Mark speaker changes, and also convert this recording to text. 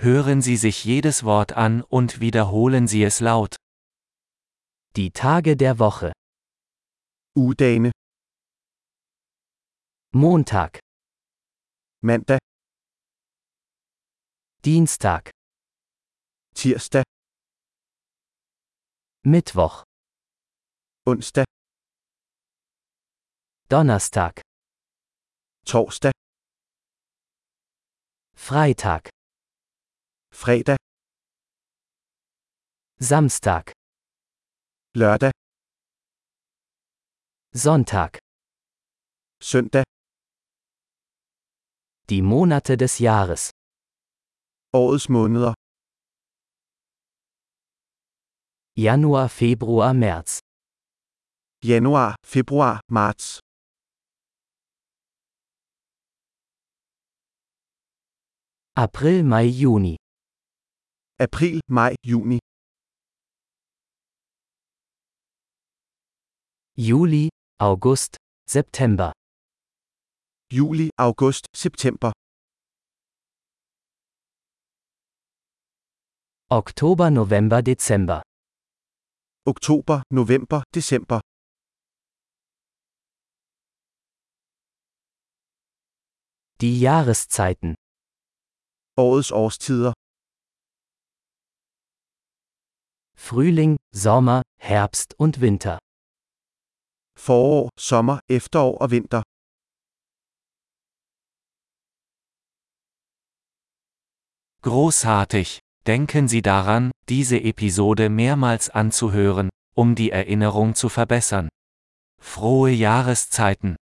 Speaker 1: hören Sie sich jedes Wort an und wiederholen Sie es laut.
Speaker 2: Die Tage der Woche.
Speaker 3: Ugedagene,
Speaker 2: Montag,
Speaker 3: mandag,
Speaker 2: Dienstag,
Speaker 3: tirsdag,
Speaker 2: Mittwoch,
Speaker 3: onsdag,
Speaker 2: Donnerstag,
Speaker 3: torsdag,
Speaker 2: Freitag,
Speaker 3: fredag,
Speaker 2: Samstag,
Speaker 3: lørdag,
Speaker 2: Sonntag.
Speaker 3: søndag,
Speaker 2: Die Monate des Jahres.
Speaker 3: årets måneder,
Speaker 2: Januar, Februar, März.
Speaker 3: januar, februar, marts,
Speaker 2: April, Mai, Juni.
Speaker 3: april, maj, juni,
Speaker 2: Juli, August, September.
Speaker 3: juli, august, september,
Speaker 2: Oktober, November, Dezember.
Speaker 3: oktober, november, december,
Speaker 2: Die Jahreszeiten.
Speaker 3: årets årstider,
Speaker 2: Frühling, Sommer, Herbst und Winter.
Speaker 3: forår, sommer, efterår og vinter,
Speaker 1: Großartig! Denken Sie daran, diese Episode mehrmals anzuhören, um die Erinnerung zu verbessern. Frohe Jahreszeiten!